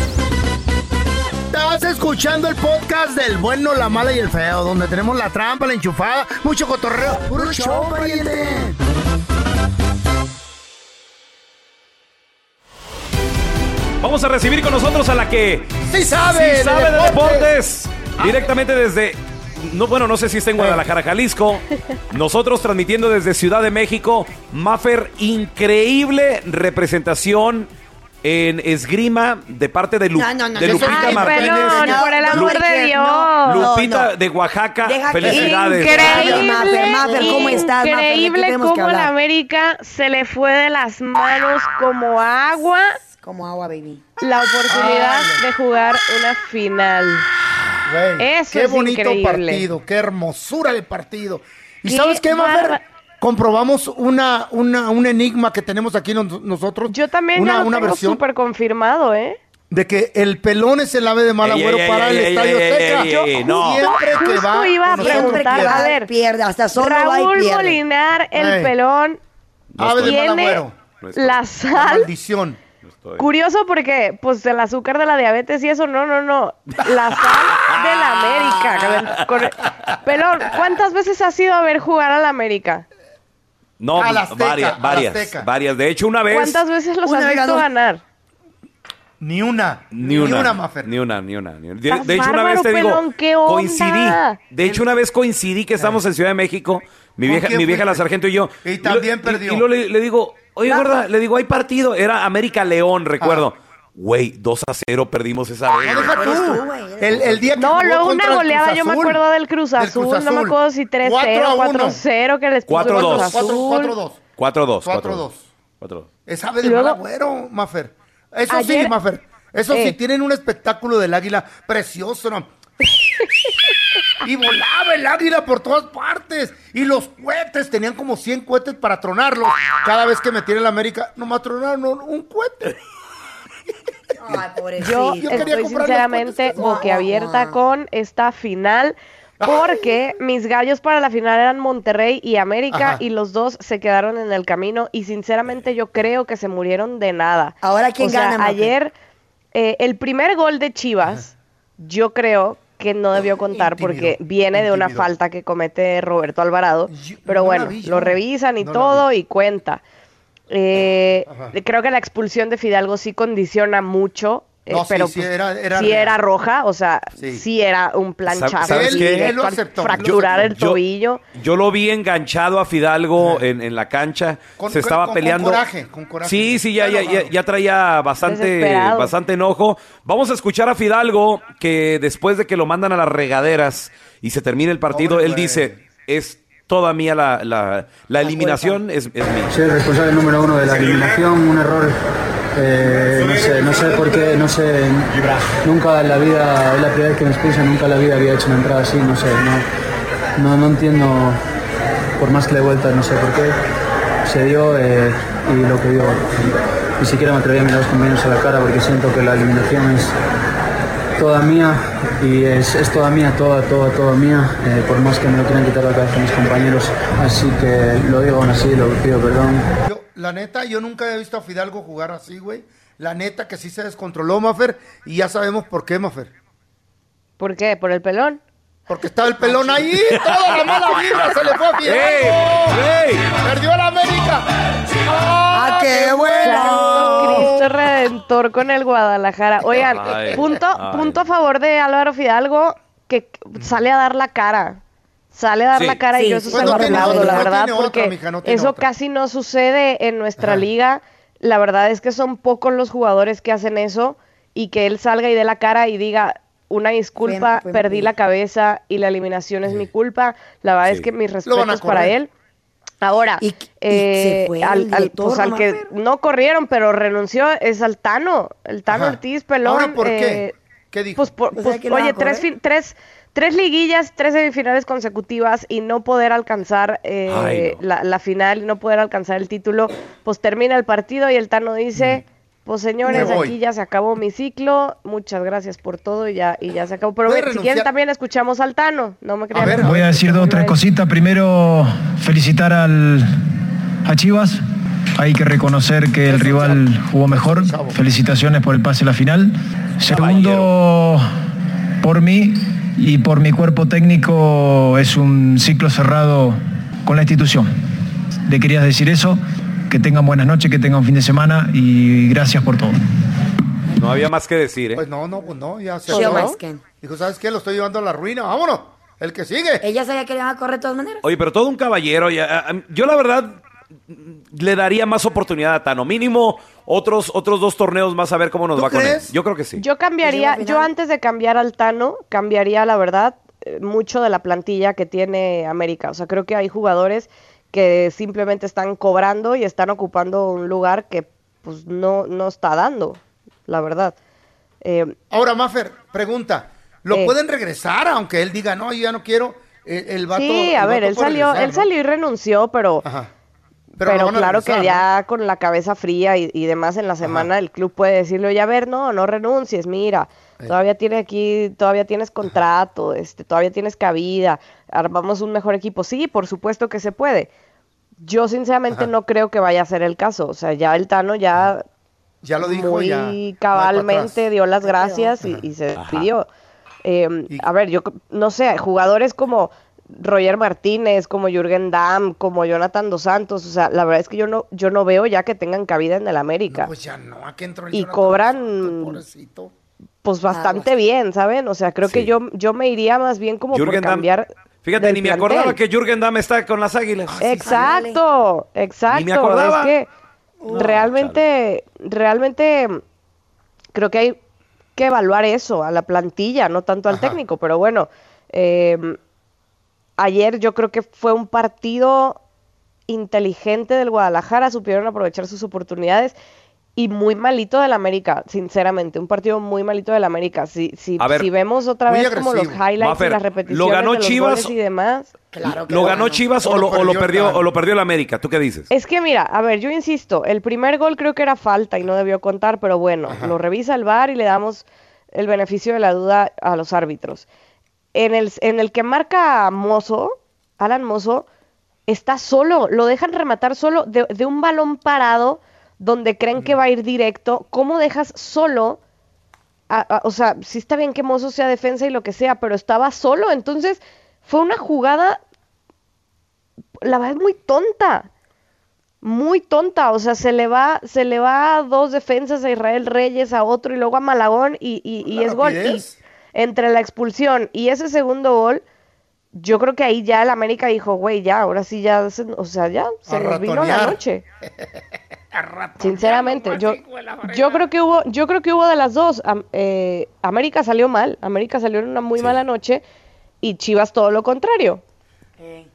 S3: Estás escuchando el podcast del bueno, la mala y el feo, donde tenemos la trampa, la enchufada, mucho cotorreo. ¡Puro show, pariente!
S2: Vamos a recibir con nosotros a la que
S3: Sí sabe
S2: sí
S3: de
S2: sabe de
S3: deportes. Ah.
S2: deportes. Directamente desde no bueno, no sé si está en Guadalajara, Jalisco. Nosotros transmitiendo desde Ciudad de México. Maffer, increíble representación en esgrima de parte de, Lu-
S4: No, no, no,
S2: de
S4: no,
S2: Lupita
S4: Ay,
S2: Martínez.
S4: pelón,
S2: Lu-
S4: por el amor
S2: Lu-
S4: de Dios.
S2: Lupita
S4: No, no.
S2: de Oaxaca,
S4: Deja que-
S2: felicidades.
S4: Increíble. Mafer, Mafer, ¿cómo estás, Mafer? ¿De qué
S16: Increíble
S4: tenemos que
S16: cómo la
S4: hablar?
S16: América se le fue de las manos como agua
S4: Como agua, baby.
S16: la oportunidad de jugar una final.
S3: Güey,
S16: Eso
S3: qué
S16: es
S3: bonito
S16: increíble.
S3: partido, qué hermosura de partido. ¿Y
S16: Qué
S3: sabes qué, Mafer?
S16: barba-
S3: Comprobamos una, una, un enigma que tenemos aquí nos- nosotros. Yo
S16: También
S3: una,
S16: ya lo
S3: una
S16: tengo
S3: versión
S16: súper confirmado, ¿eh?
S3: de que el pelón es el ave de mal
S2: Ey,
S3: agüero
S2: ey,
S3: para
S2: ey,
S3: el
S2: ey,
S3: Estadio
S2: ey, ey,
S3: Azteca.
S2: ey, ey, no.
S3: Siempre que
S16: Justo
S3: va,
S16: iba a
S3: nosotros
S16: preguntar,
S3: pierde.
S16: a ver.
S4: Pierde, hasta solo va y
S16: Raúl
S4: pierde.
S16: Molinar, el
S4: Ey.
S16: pelón,
S3: No estoy. Ave de mal
S16: tiene
S3: agüero.
S16: No estoy. la sal.
S3: Maldición.
S16: Curioso porque, pues, el azúcar de la diabetes y eso, no, no, no. La sal de la América. Con- con- Pelón, ¿cuántas veces has ido a ver jugar a la América?
S2: No, pues,
S16: A la Azteca, a
S2: varias,
S16: la
S2: varias,
S16: Azteca.
S2: varias. De hecho, una vez.
S16: ¿Cuántas veces los
S4: Una
S16: has
S4: vez
S16: visto
S4: ganó.
S16: ganar?
S3: Ni una.
S2: Ni una,
S3: Mafer.
S2: Ni una, ni una. ni una. De,
S16: Estás
S2: de hecho, una
S16: bárbaro,
S2: vez te digo,
S16: pelón, ¿qué onda?
S2: coincidí. De hecho, una vez coincidí que estamos en Ciudad de México, mi vieja,
S3: quién
S2: mi vieja la
S3: fuiste?
S2: sargento y yo.
S3: Y también
S2: lo-
S3: perdió. Ah.
S2: Y, luego le, le digo, oye, gorda, le digo, hay partido. Era América León, recuerdo. Güey, 2 a 0 perdimos esa vez.
S3: No, deja tú. El, el día que
S16: No,
S3: jugó
S16: Oh, luego
S3: contra
S16: una
S3: el
S16: goleada,
S3: Cruz
S16: yo me
S3: Azul.
S16: acuerdo del Cruz
S3: Del
S16: Azul,
S3: Cruz
S16: no me
S3: Azul.
S16: acuerdo si 3-0,
S3: 4 a 1.
S16: 4-0 que les puso el Cruz
S2: 4-2.
S16: Azul.
S3: 4-2.
S2: 4-2.
S3: 4-2.
S2: 4-2.
S3: Es ave de
S16: Luego-
S3: mal agüero, Mafer. Eso sí,
S16: Ayer-
S3: Mafer. Eso sí,
S16: Eh.
S3: tienen un espectáculo del águila precioso, ¿no? y volaba el águila por todas partes. Y los cohetes, tenían como 100 cohetes para tronarlos. Cada vez que metieron el América, nomás tronaron un cohete.
S16: Yo
S3: Yo quería comprar
S16: estoy
S3: los
S16: sinceramente boquiabierta con esta final porque mis gallos para la final eran Monterrey y América
S4: Ajá.
S16: y los dos se quedaron en el camino y sinceramente yo creo que se murieron de nada.
S4: Ahora, ¿quién
S16: O sea,
S4: gana, Mafe?
S16: ayer eh, el primer gol de Chivas yo creo que no debió contar porque viene de una falta que comete Roberto Alvarado, pero
S4: no la
S16: bueno,
S4: vi yo.
S16: lo revisan y
S4: No la
S16: todo y cuenta. Eh,
S3: Ajá.
S16: creo que la expulsión de Fidalgo sí condiciona mucho, eh,
S3: No, sí,
S16: pero
S3: sí,
S16: pues,
S3: era- era
S16: sí
S3: real.
S16: era roja, o sea, sí, era un planchazo.
S2: sabes
S16: sí,
S2: qué?
S16: de
S2: Él lo
S16: fra-
S3: aceptó.
S16: Fracturar
S2: Yo-
S16: el
S2: yo-
S16: tobillo.
S2: Yo lo vi enganchado a Fidalgo en, en la cancha.
S3: Con-
S2: se estaba
S3: con- con
S2: peleando.
S3: coraje, con coraje.
S2: Sí, sí, ya, ya,
S3: Está
S2: ya, ya traía bastante,
S3: Desesperado.
S2: bastante enojo. Vamos a escuchar a Fidalgo que después de que lo mandan a las regaderas y se termina el partido, él
S3: pues.
S2: dice, es toda mía la, la- la eliminación, es, es mía.
S17: Soy el responsable número uno de la eliminación, un error. eh, no sé, no sé por qué, no sé. Nunca en la vida, es la primera vez que me expulsan, nunca en la vida había hecho una entrada así, no sé, no, no, no entiendo, por más que le dé vuelta, no sé por qué. Se dio eh, y lo que dio. Ni siquiera me atreví a mirar a los compañeros a la cara porque siento que la eliminación es toda mía y es, es toda mía, toda, toda, toda mía, eh, por más que me lo quieran quitar la cabeza mis compañeros. Así que lo digo aún así, lo pido perdón.
S3: Yo, la neta, yo nunca había visto a Fidalgo jugar así, güey. La neta que sí se descontroló, Mafer. Y ya sabemos por qué, Mafer.
S16: ¿Por qué? ¿Por el pelón?
S3: Porque estaba el pelón ahí. Toda la mala vibra se le fue a Fidalgo.
S2: ¡Ey!
S3: Perdió la América. ¡Ah, qué
S16: Santo
S3: bueno!
S16: Cristo Redentor con el Guadalajara. Oigan,
S3: Ay,
S16: punto,
S3: ay.
S16: punto a favor de Álvaro Fidalgo, que sale a dar la cara. Sale a dar
S4: Sí.
S16: la cara y
S4: Sí,
S16: yo eso
S4: sí,
S16: se
S4: sí.
S16: lo
S4: Pues No tiene
S16: aplaudo,
S4: otra,
S16: la
S4: no
S16: verdad,
S4: tiene otra,
S16: porque
S4: mija, no tiene
S16: eso
S4: otra.
S16: casi no sucede en nuestra
S4: Ajá.
S16: liga. La verdad es que son pocos los jugadores que hacen eso y que él salga y dé la cara y diga una disculpa,
S4: fue
S16: perdí
S4: muy-
S16: la cabeza y la eliminación es mi culpa. La verdad es que mis
S4: Lo van a
S16: respetos para
S4: correr.
S16: él. Ahora, eh,
S4: se fue
S16: al,
S4: el
S16: al-
S4: director,
S16: pues, al
S4: ¿no,
S16: que no corrieron, pero renunció, es al Tano, el Tano
S4: Ajá.
S16: Ortiz Pelón.
S4: Ahora, ¿por qué?
S16: eh,
S3: ¿Qué dijo?
S16: Pues, por-
S4: O sea,
S16: pues,
S4: que lo van
S16: oye,
S4: a
S16: tres,
S4: correr.
S16: fin- tres, tres liguillas, tres semifinales consecutivas y no poder alcanzar eh,
S4: Ay,
S16: la, la final, no poder alcanzar el título, pues termina el partido y el Tano dice... Pues señores,
S3: Me voy.
S16: aquí ya se acabó mi ciclo. Muchas gracias por todo y ya y ya se acabó. Pero
S3: Voy a
S16: ve, si
S3: renunciar.
S16: quieren también escuchamos al Tano, no me crean.
S17: Voy a decir dos o tres cositas. Primero, felicitar al, a Chivas. Hay que reconocer que el rival jugó mejor. Felicitaciones por el pase a la final. Segundo, por mí y por mi cuerpo técnico es un ciclo cerrado con la institución. Le querías decir eso. Que tengan buenas noches, que tengan fin de semana y gracias por todo.
S2: No había más que decir, ¿eh?
S3: Pues no, no, pues no, ya se
S4: Pues
S3: acabó.
S4: no.
S3: Dijo, ¿sabes qué? Lo estoy llevando a la ruina. ¡Vámonos! El que sigue.
S4: Ella sabía que le iban a correr de todas maneras.
S2: Oye, pero todo un caballero. ya, a- a- yo la verdad mm, le daría más oportunidad a Tano. Mínimo otros, otros dos torneos más a ver cómo nos va con él. Yo creo que sí.
S16: Yo cambiaría, yo antes de cambiar al Tano, cambiaría, la verdad, eh, mucho de la plantilla que tiene América. O sea, creo que hay jugadores que simplemente están cobrando y están ocupando un lugar que pues no, no está dando, la verdad. Eh,
S3: Ahora, Mafer, pregunta. lo
S16: Eh.
S3: pueden regresar, aunque él diga, no, yo ya no quiero. El, el vato,
S16: Sí, a
S3: el
S16: ver,
S3: vato
S16: él
S3: puede
S16: salió,
S3: regresar,
S16: él
S3: ¿no?
S16: salió y renunció, pero,
S3: Pero
S16: pero,
S3: lo van a
S16: claro
S3: regresar,
S16: que ya con la cabeza fría y, y demás en la semana el club puede decirle, oye, a ver, no, no renuncies, mira,
S3: Eh.
S16: todavía tiene aquí, todavía tienes contrato, este, todavía tienes cabida, armamos un mejor equipo. Sí, por supuesto que se puede. Yo sinceramente no creo que vaya a ser el caso, o sea, ya el Tano ya
S3: Ya lo dijo,
S16: muy
S3: ya. no hay para atrás.
S16: cabalmente dio las gracias y, y se despidió. Eh, a ver, yo c- no sé, jugadores como Roger Martínez, como Jürgen Damm, como Jonathan Dos Santos, o sea, la verdad es que yo no, yo no veo ya que tengan cabida en el América.
S3: Pues ya no, ¿a qué entró el
S16: y
S3: Jonathan?
S16: cobran
S3: Pobrecito.
S16: pues bastante bien, ¿saben? O sea, creo que yo, yo me iría más bien como
S2: Jürgen
S16: por
S2: Damm.
S16: cambiar.
S2: Fíjate,
S16: del
S2: ni me
S16: plantel.
S2: acordaba que Jürgen Damm está con las águilas.
S3: Ah,
S16: Exacto, exacto.
S2: Ni me acordaba.
S16: Es que realmente, realmente creo que hay que evaluar eso, a la plantilla, no tanto al técnico, pero bueno, eh, ayer yo creo que fue un partido inteligente del Guadalajara, supieron aprovechar sus oportunidades y muy malito del América, sinceramente, un partido muy malito del América. Si, si,
S2: A ver,
S16: si vemos otra
S2: muy
S16: vez como los
S2: agresivo.
S16: highlights
S2: Mafer,
S16: y las
S2: ¿lo
S16: repeticiones
S2: ganó
S16: de los
S2: Chivas
S16: goles y demás.
S2: ¿Lo ganó Chivas o lo, o lo perdió, o lo perdió el América? ¿Tú qué dices?
S16: Es que mira, a ver, yo insisto, el primer gol creo que era falta y no debió contar, pero bueno, lo revisa el VAR y le damos el beneficio de la duda a los árbitros. En el, en el que marca Mozo, Alan Mozo, está solo, lo dejan rematar solo de, de un balón parado donde creen que va a ir directo. ¿Cómo dejas solo? a- a- o sea, sí está bien que Mozo sea defensa y lo que sea, pero estaba solo, entonces fue una jugada la verdad es muy tonta. Muy tonta, o sea, se le va, se le va a dos defensas a Israel Reyes, a otro y luego a Malagón y, y- y
S3: Una
S16: es gol. Y
S3: rapidez.
S16: entre la expulsión y ese segundo gol, yo creo que ahí ya el América dijo, güey, ya, ahora sí ya, se- o sea, ya se
S3: A
S16: nos vino la
S3: ratonear.
S16: noche. Sinceramente, yo, yo creo que hubo, yo creo que hubo de las dos. Am- eh, América salió mal, América salió en una muy mala noche y Chivas todo lo contrario.
S3: Oye,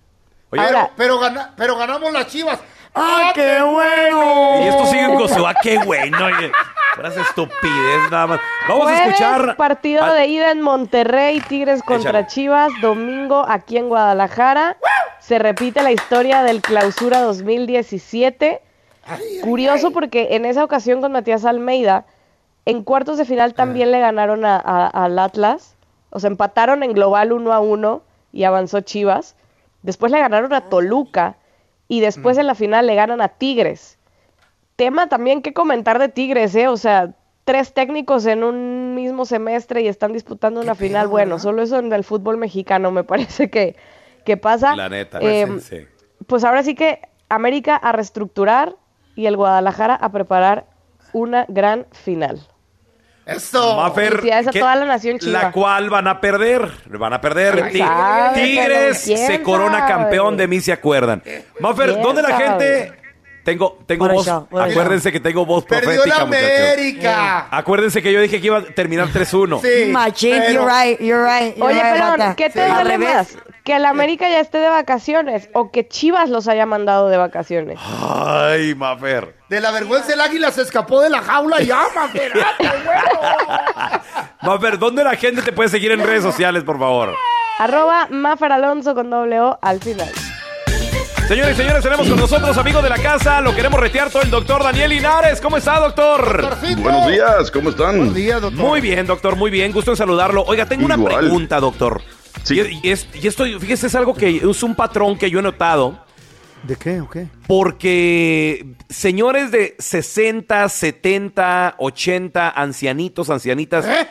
S16: Ahora-
S3: pero, pero, gana- pero ganamos las chivas. ¡Ah, qué
S16: Oh.
S3: bueno!
S2: Y esto sigue con su... ¡Ah, qué bueno! Oye, puras estupidez nada más. Vamos a
S16: Jueves,
S2: escuchar...
S16: Partido
S2: a-
S16: de ida en Monterrey, Tigres contra
S2: Échale.
S16: Chivas, domingo aquí en Guadalajara. Se repite la historia del clausura 2017. Curioso porque en esa ocasión con Matías Almeida, en cuartos de final también le ganaron a- a- al Atlas. O sea, empataron en global 1 a 1 y avanzó Chivas. Después le ganaron a Toluca y
S2: Mm.
S16: después en la final le ganan a Tigres tema también que comentar de Tigres, ¿eh? O sea, tres técnicos en un mismo semestre y están disputando una final. bueno, solo eso en el fútbol mexicano me parece que, que pasa.
S2: La neta.
S16: Eh,
S2: sí.
S16: Pues ahora sí que América a reestructurar y el Guadalajara a preparar una gran final.
S3: Eso.
S2: Mafer,
S16: Felicidades a
S2: ¿qué-
S16: toda la nación chiva.
S2: La cual van a perder. Van a perder.
S16: ¿Quién
S2: Ti-
S16: sabe?
S2: Tigres
S16: Pero ¿quién
S2: se corona
S16: sabe?
S2: campeón de mí, se acuerdan. Mafer,
S16: ¿Quién
S2: ¿dónde la
S16: sabe?
S2: gente? Tengo, tengo
S3: Por
S2: voz.
S3: eso, por eso.
S2: Acuérdense que tengo voz
S3: Perdió
S2: profética,
S3: la
S2: muchachos.
S3: América.
S2: Acuérdense que yo dije que iba a terminar 3-1.
S4: Machín,
S16: pero-
S4: you're right, you're right. you're
S16: Oye,
S4: right about
S16: Pelón,
S4: that.
S16: ¿qué te
S4: Al
S16: duele
S4: revés.
S16: más? ¿Que el América ya esté de vacaciones o que Chivas los haya mandado de vacaciones?
S2: Ah, Ay, Mafer.
S3: De la vergüenza el águila se escapó de la jaula y ama,
S2: Mafer, ¿dónde la gente te puede seguir en redes sociales, por favor?
S16: Arroba Mafer Alonso con doble O al final.
S2: Señores y señores, tenemos con nosotros amigos de la casa, lo queremos retear todo el doctor Daniel Linares. ¿Cómo está, doctor?
S18: Buenos días, ¿cómo están?
S2: Muy bien, doctor, muy bien. Gusto en saludarlo. Oiga, tengo una
S18: Igual.
S2: pregunta, doctor. Y, y es, y esto, fíjese, es algo que es un patrón que yo he notado.
S3: ¿De qué o qué?
S2: Porque señores de 60, 70, 80, ancianitos, ancianitas,
S3: ¿Eh?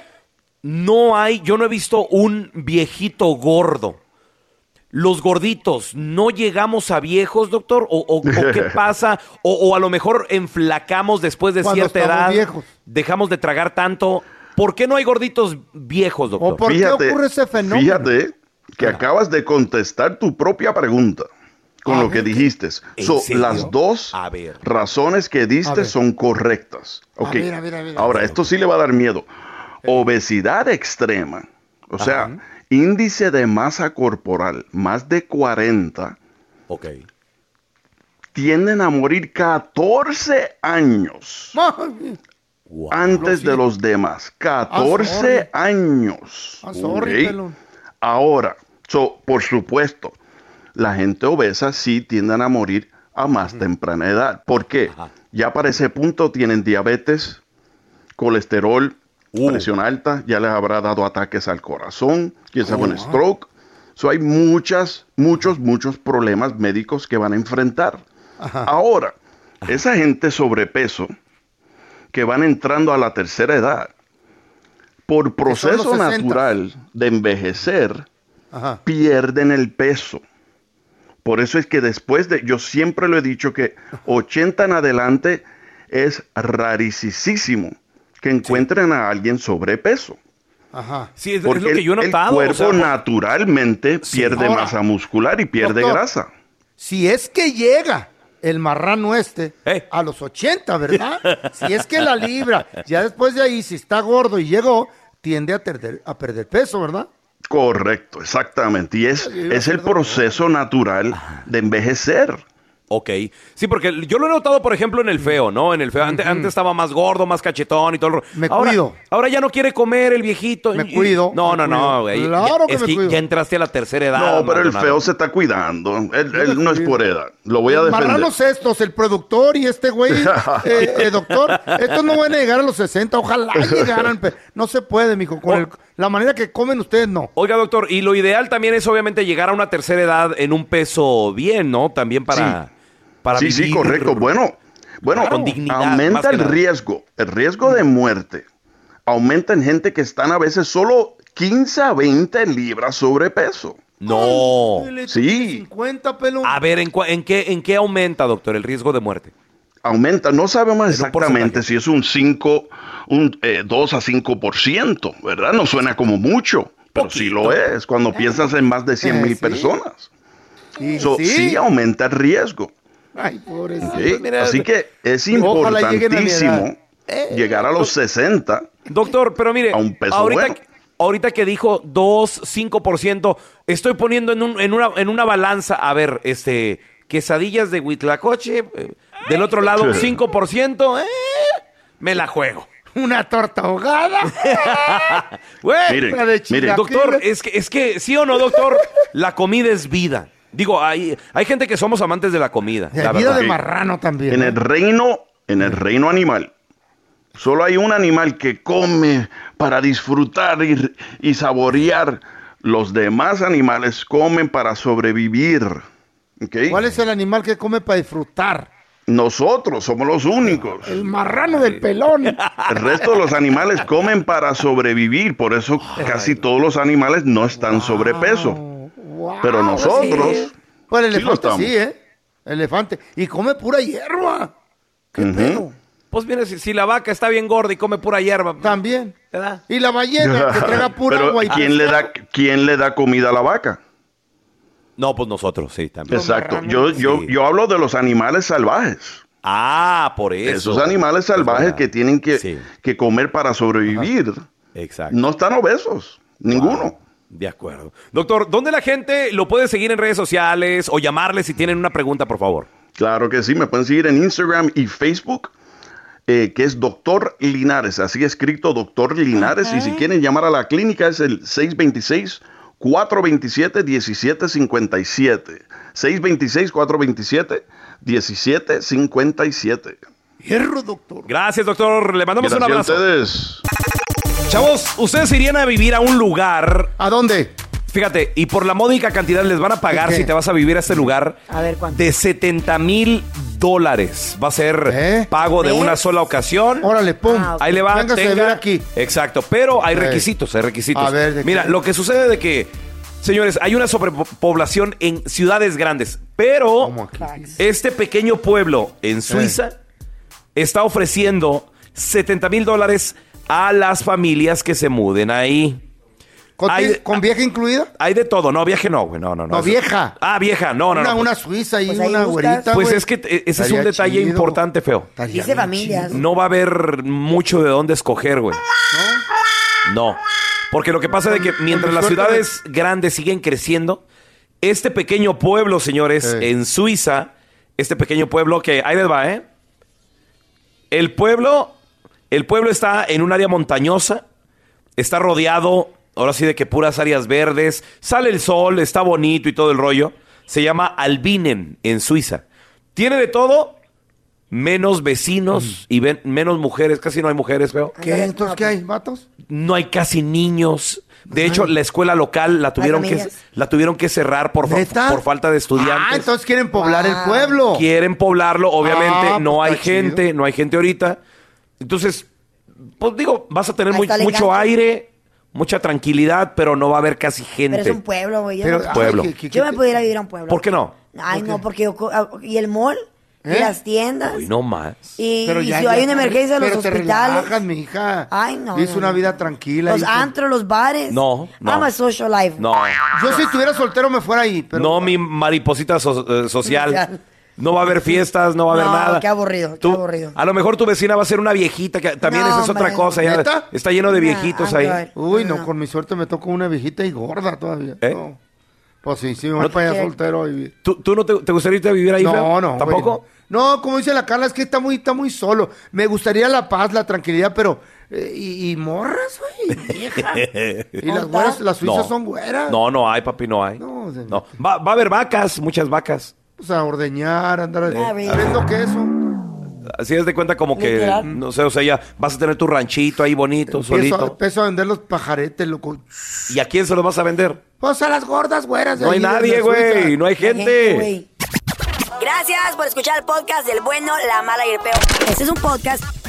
S2: no hay, yo no he visto un viejito gordo. Los gorditos, ¿no llegamos a viejos, doctor? ¿O, o- o qué pasa? O, o a lo mejor enflacamos después de
S3: Cuando
S2: cierta
S3: estamos
S2: edad?
S3: viejos.
S2: ¿Dejamos de tragar tanto? ¿Por qué no hay gorditos viejos, doctor?
S3: ¿O por qué ocurre ese fenómeno?
S18: Fíjate que acabas de contestar tu propia pregunta con lo que dijiste.
S2: ¿En
S18: So,
S2: serio?
S18: las dos razones que
S3: A
S18: diste
S3: ver.
S18: son correctas. Ok.
S3: ver, a ver, a ver. Eh.
S18: Ahora, esto sí le va a dar miedo. Obesidad extrema, o sea, índice de masa corporal más de 40.
S2: Ok.
S18: Tienden a morir 14 años antes de los demás. 14 años.
S3: Ah, sorry,
S18: ¿ok?
S3: pelón.
S18: Ahora, so, por supuesto, la gente obesa sí tienden a morir a más temprana edad. ¿Por qué? Ya para ese punto tienen diabetes, colesterol, presión alta, ya les habrá dado ataques al corazón, quién sabe, un
S19: Oh, wow.
S18: stroke. So, hay muchas, muchos, muchos problemas médicos que van a enfrentar. Ahora, esa gente sobrepeso que van entrando a la tercera edad, por
S3: Que son los
S18: proceso
S3: 60.
S18: natural de envejecer, pierden el peso. Por eso es que después de, yo siempre lo he dicho que 80 en adelante es rarísimo que encuentren a alguien sobrepeso.
S3: Ajá.
S2: Sí, es, es
S18: Porque
S2: lo que yo he
S18: el-
S2: notado.
S18: el
S2: o
S18: cuerpo
S2: sea,
S18: naturalmente pierde
S3: Ahora,
S18: masa muscular y pierde
S3: doctor,
S18: grasa.
S3: Si es que llega el marrano este a los 80, ¿verdad? si es que la libra, ya después de ahí, si está gordo y llegó, tiende a perder, a perder peso, ¿verdad?
S18: Correcto, exactamente. Y es, es el proceso natural de envejecer.
S2: Ok. Sí, porque yo lo he notado, por ejemplo,
S3: Mm.
S2: en el feo, ¿no? En el feo. Ante- Antes, estaba más gordo, más cachetón y todo el rollo.
S3: Me
S2: ahora,
S3: cuido.
S2: Ahora ya no quiere comer el viejito.
S3: Me
S2: Y-
S3: cuido,
S2: No,
S3: me
S2: no, no,
S3: cuido.
S2: güey.
S3: Claro
S2: Ya-
S3: que
S2: es
S3: me cuido.
S2: Ya entraste a la tercera edad.
S18: no, pero el
S2: Maldonado.
S18: feo se está cuidando. Él, él no es por edad. Lo voy a
S3: Los
S18: defender.
S3: marranos estos, el productor y este güey, eh, eh, doctor, estos no van a llegar a los 60, ojalá llegaran, pero no se puede, mijo, con
S18: Oh.
S3: el- la manera que comen ustedes no.
S2: Oiga, doctor, y lo ideal también es obviamente llegar a una tercera edad en un peso bien, ¿no? También para. para
S18: sí, sí,
S2: vivir
S18: correcto. Bueno, bueno
S2: con dignidad, más
S18: aumenta
S2: que
S18: el
S2: nada.
S18: riesgo. El riesgo de muerte aumenta en gente que están a veces solo 15 a 20 libras sobrepeso.
S2: No.
S18: Sí,
S3: 50 pelón.
S2: Oh. A ver, ¿en, cua- en qué, ¿en qué aumenta, doctor, el riesgo de muerte?
S18: aumenta. No sabemos exactamente si es un 5, un eh, 2 a 5%, ¿verdad? No suena como mucho, pero sí lo es cuando
S2: Ah.
S18: piensas en más
S2: Eh,
S18: de 100 mil personas. So, sí. aumenta el riesgo.
S3: Ay, pobrecito. Pues
S18: ¿ok? Así que es
S3: Ojalá lleguen a mi edad.
S18: importantísimo
S2: Eh,
S18: llegar a los
S2: pues
S18: 60
S2: Doctor, pero mire,
S18: a un peso
S2: ahorita,
S18: bueno.
S2: que- ahorita que dijo 2, 5%, estoy poniendo en, un- en una, en una balanza, a ver, este, quesadillas de Huitlacoche, eh, del otro lado
S18: Sí.
S2: 5%, eh, me la juego.
S3: Una torta ahogada.
S2: Güey,
S3: Miren, la de miren.
S2: Doctor, es que, es que, sí o no, doctor, la comida es vida. Digo, hay, hay gente que somos amantes de la comida.
S3: De
S2: la
S3: vida
S2: verdad.
S3: de marrano también.
S18: En el reino, en el reino animal, solo hay un animal que come para disfrutar y, y saborear. Los demás animales comen para sobrevivir. ¿ok?
S3: ¿Cuál es el animal que come para disfrutar?
S18: Nosotros somos los únicos.
S3: El marrano del pelón.
S18: El resto de los animales comen para sobrevivir. Por eso casi todos los animales no están sobrepeso. Pero nosotros...
S3: Pues el
S18: sí lo
S3: elefante sí,
S18: estamos.
S3: ¿eh? Elefante. Y come pura hierba.
S18: Ujú.
S2: Pues mira, si, si la vaca está bien gorda y come pura hierba.
S3: También.
S2: ¿Verdad?
S3: Y la ballena que traga pura
S18: Pero
S3: agua y
S18: ¿quién le, da, ¿quién le da comida a la vaca?
S2: No, pues nosotros, sí, también.
S18: Exacto. Yo, yo, yo hablo de los animales salvajes.
S2: Ah, por eso.
S18: Esos animales salvajes
S2: verdad.
S18: que tienen que, que comer para sobrevivir.
S2: Exacto.
S18: No están obesos. Ninguno.
S2: De acuerdo. Doctor, ¿dónde la gente lo puede seguir en redes sociales o llamarle si tienen una pregunta, por favor?
S18: Claro que sí. Me pueden seguir en Instagram y Facebook. eh, que es Doctor Linares, así escrito Doctor Linares, y si quieren llamar a la clínica es el 626-427-1757. 626-427-1757.
S2: Gracias, doctor. Le mandamos un
S18: Gracias
S2: abrazo.
S18: a ustedes.
S2: Chavos, ustedes irían a vivir a un lugar.
S3: ¿A dónde?
S2: Fíjate, y por la módica cantidad les van a pagar
S3: ¿De qué?
S2: si te vas a vivir a este lugar
S4: A ver, ¿cuánto?
S2: de 70 mil dólares. Va a ser pago de
S3: ¿Eh? ¿Ves?
S2: una sola ocasión. Ah,
S3: Órale, pum.
S2: Ahí le va.
S3: Véngase a
S2: tenga.
S3: ver aquí.
S2: Exacto, pero hay
S3: Ey.
S2: requisitos, hay requisitos.
S3: A ver, ¿de
S2: Mira,
S3: qué?
S2: lo que sucede de que, señores, hay una sobrepoblación en ciudades grandes, pero este pequeño pueblo en Suiza está ofreciendo 70 mil dólares a las familias que se muden ahí.
S3: ¿Con, ti- con vieja incluida?
S2: Hay de todo, no, viaje no, güey, no, no, no.
S3: No, vieja.
S2: Ah, vieja, no, no,
S3: una,
S4: pues
S2: no.
S3: una suiza y una güerita.
S2: Pues
S3: güey.
S2: es que eh, ese es un
S3: Estaría
S2: detalle
S3: chido.
S2: importante, feo.
S4: Dice familias.
S2: No va a haber mucho de dónde escoger, güey. ¿No? Porque lo que pasa es de que mientras las
S3: suerte
S2: ciudades grandes siguen creciendo, este pequeño pueblo, señores, en Suiza, este pequeño pueblo que ahí les va, ¿eh? El pueblo El pueblo está en un área montañosa, está rodeado, ahora sí, de que puras áreas verdes, sale el sol, está bonito y todo el rollo. Se llama Albinen, en Suiza. Tiene de todo, menos vecinos y ven- menos mujeres, casi no hay mujeres, veo.
S3: ¿Qué? ¿Entonces qué hay,
S4: pues.
S3: vatos?
S2: No hay casi niños.
S3: Pues
S2: De hecho, la escuela local la tuvieron, que,
S3: familias.
S2: la tuvieron que cerrar por, fa- por falta de estudiantes.
S3: Ah, entonces quieren poblar el pueblo.
S2: Quieren poblarlo, obviamente,
S3: Ah,
S2: no
S3: pues,
S2: hay
S3: está chido.
S2: gente, no hay gente ahorita. Entonces, pues digo, vas a tener
S4: Ahí
S2: muy-
S4: está el
S2: mucho
S4: enganche.
S2: aire, mucha tranquilidad, pero no va a haber casi gente.
S4: Pero es un pueblo, güey. Yo,
S2: Pero-
S4: no-
S2: Pueblo. Ay, que- que-
S4: yo me pudiera vivir a un pueblo.
S2: ¿Por qué no?
S4: Ay, no, porque yo... co- ah, ¿Y el mall? ¿Y las tiendas?
S2: Uy, no más.
S4: Y, y si hay una emergencia, los
S3: pero te
S4: hospitales.
S3: relajas, mija.
S4: Ay, no.
S3: Ah, Hizo
S4: no,
S3: una
S4: no. Pues
S3: vida tranquila.
S4: Los
S3: hizo-
S4: antros, los bares.
S2: No, no.
S4: I'm a social life.
S2: No.
S3: Yo si estuviera soltero me fuera ahí, pero...
S2: no, mi mariposita so- eh, social.
S3: Social.
S2: No va a haber fiestas, no va a haber
S4: No,
S2: nada.
S4: qué aburrido,
S2: Tú-
S4: qué aburrido.
S2: A lo mejor tu vecina va a ser una viejita, que también
S4: No,
S2: esa es otra
S4: hombre,
S2: cosa. ya
S3: ¿Neta?
S2: Está lleno de viejitos ahí.
S3: Uy, no, con mi suerte me tocó una viejita y gorda todavía.
S2: ¿Eh?
S3: No. Pues sí, sí, me voy para allá soltero a vivir.
S2: ¿Tú, tú no te, te gustaría irte a vivir ahí?
S3: No,
S2: Fer?
S3: no. güey,
S2: ¿Tampoco?
S3: no. No, como dice la Carla, es que está muy, está muy solo. Me gustaría la paz, la tranquilidad, pero... eh, y, y morras, güey, vieja. y las güeras, las suizas
S2: No.
S3: son güeras.
S2: No, no hay, papi, no hay.
S3: No, de-
S2: No. Va, va a haber vacas, muchas vacas.
S3: Pues a ordeñar, andar
S2: Ah, bien.
S3: viendo queso.
S2: Así es de cuenta como que,
S3: Literal.
S2: no sé, o sea, ya vas a tener tu ranchito ahí bonito,
S3: Empiezo,
S2: solito.
S3: empiezo a vender los pajaretes, loco.
S2: ¿Y a quién se los vas a vender?
S3: Pues a las gordas güeras. de
S2: No hay
S3: ahí, de
S2: nadie,
S3: la
S2: güey,
S3: Suiza.
S2: no hay gente.
S4: güey. Gracias por escuchar el podcast del bueno, la mala y el peor. Este es un podcast